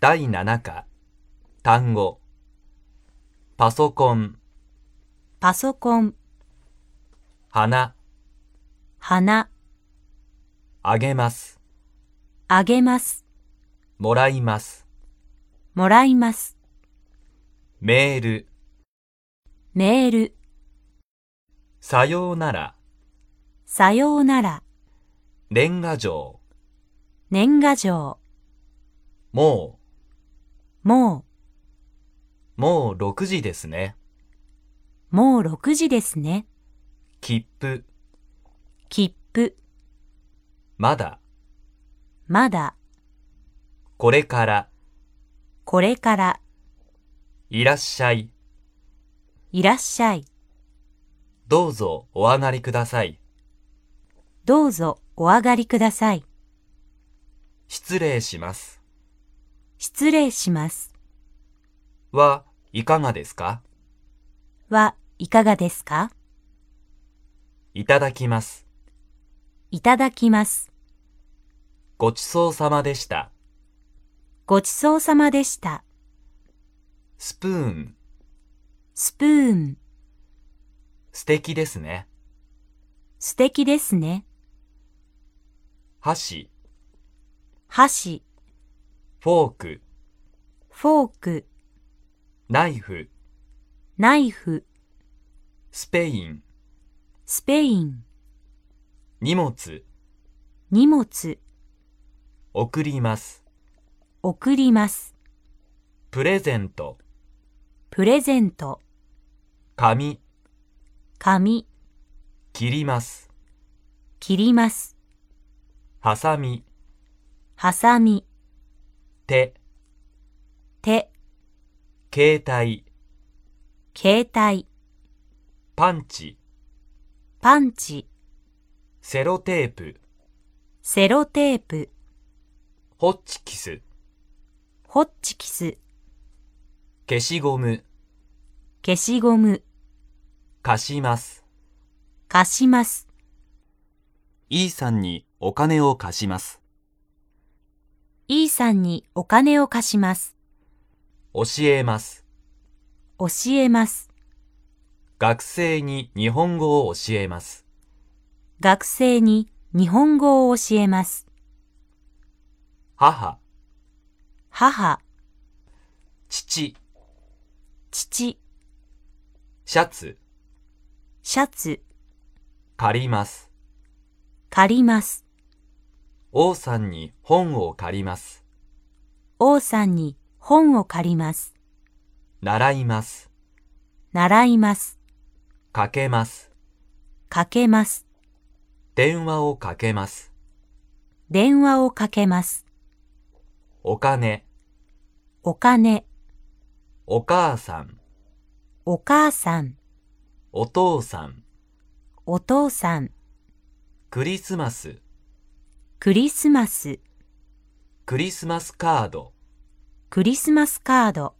第7課、単語。パソコン、パソコン、花、花、あげます、あげます、もらいます。もらいます、メール、メール、さようなら、さようなら、年賀状、年賀状、ももう、もう6時ですね。う、もう6時ですね。切符、切符、まだ、まだ、これから、これから、いらっしゃい、いらっしゃい、どうぞお上がりください、どうぞお上がりください。失礼します。失礼します。は、いかがですかはいかがですかいただきます。いただきます。ごちそうさまでした。ごちそうさまでした。スプーン、スプーン、素敵ですね。素敵ですね。箸、箸、フォーク、フォーク、ナイフ、ナイフ、スペイン、スペイン、荷物、荷物、送ります。送ります。プレゼント、プレゼント、紙、紙、切ります。切ります。ハサミ、ハサミ、手、手、携帯、携帯、パンチ、パンチ、セロテープ、セロテープ、ホッチキス、ホッチキス、消しゴム、消しゴム、貸します。貸します。 E さんにお金を貸します。 E さんにお金を貸します。教えます。教えます。学生に日本語を教えます。学生に日本語を教えます。母、母、父、父、シャツ、シャツ、借ります。借ります。王さんに本を借ります。王さんに本を借ります。習います。習います。かけます。かけます。電話をかけます。電話をかけます。お金、お金、お母さん、お母さん、お父さん、お父さん、クリスマス、クリスマス、クリスマスカード。クリスマスカード、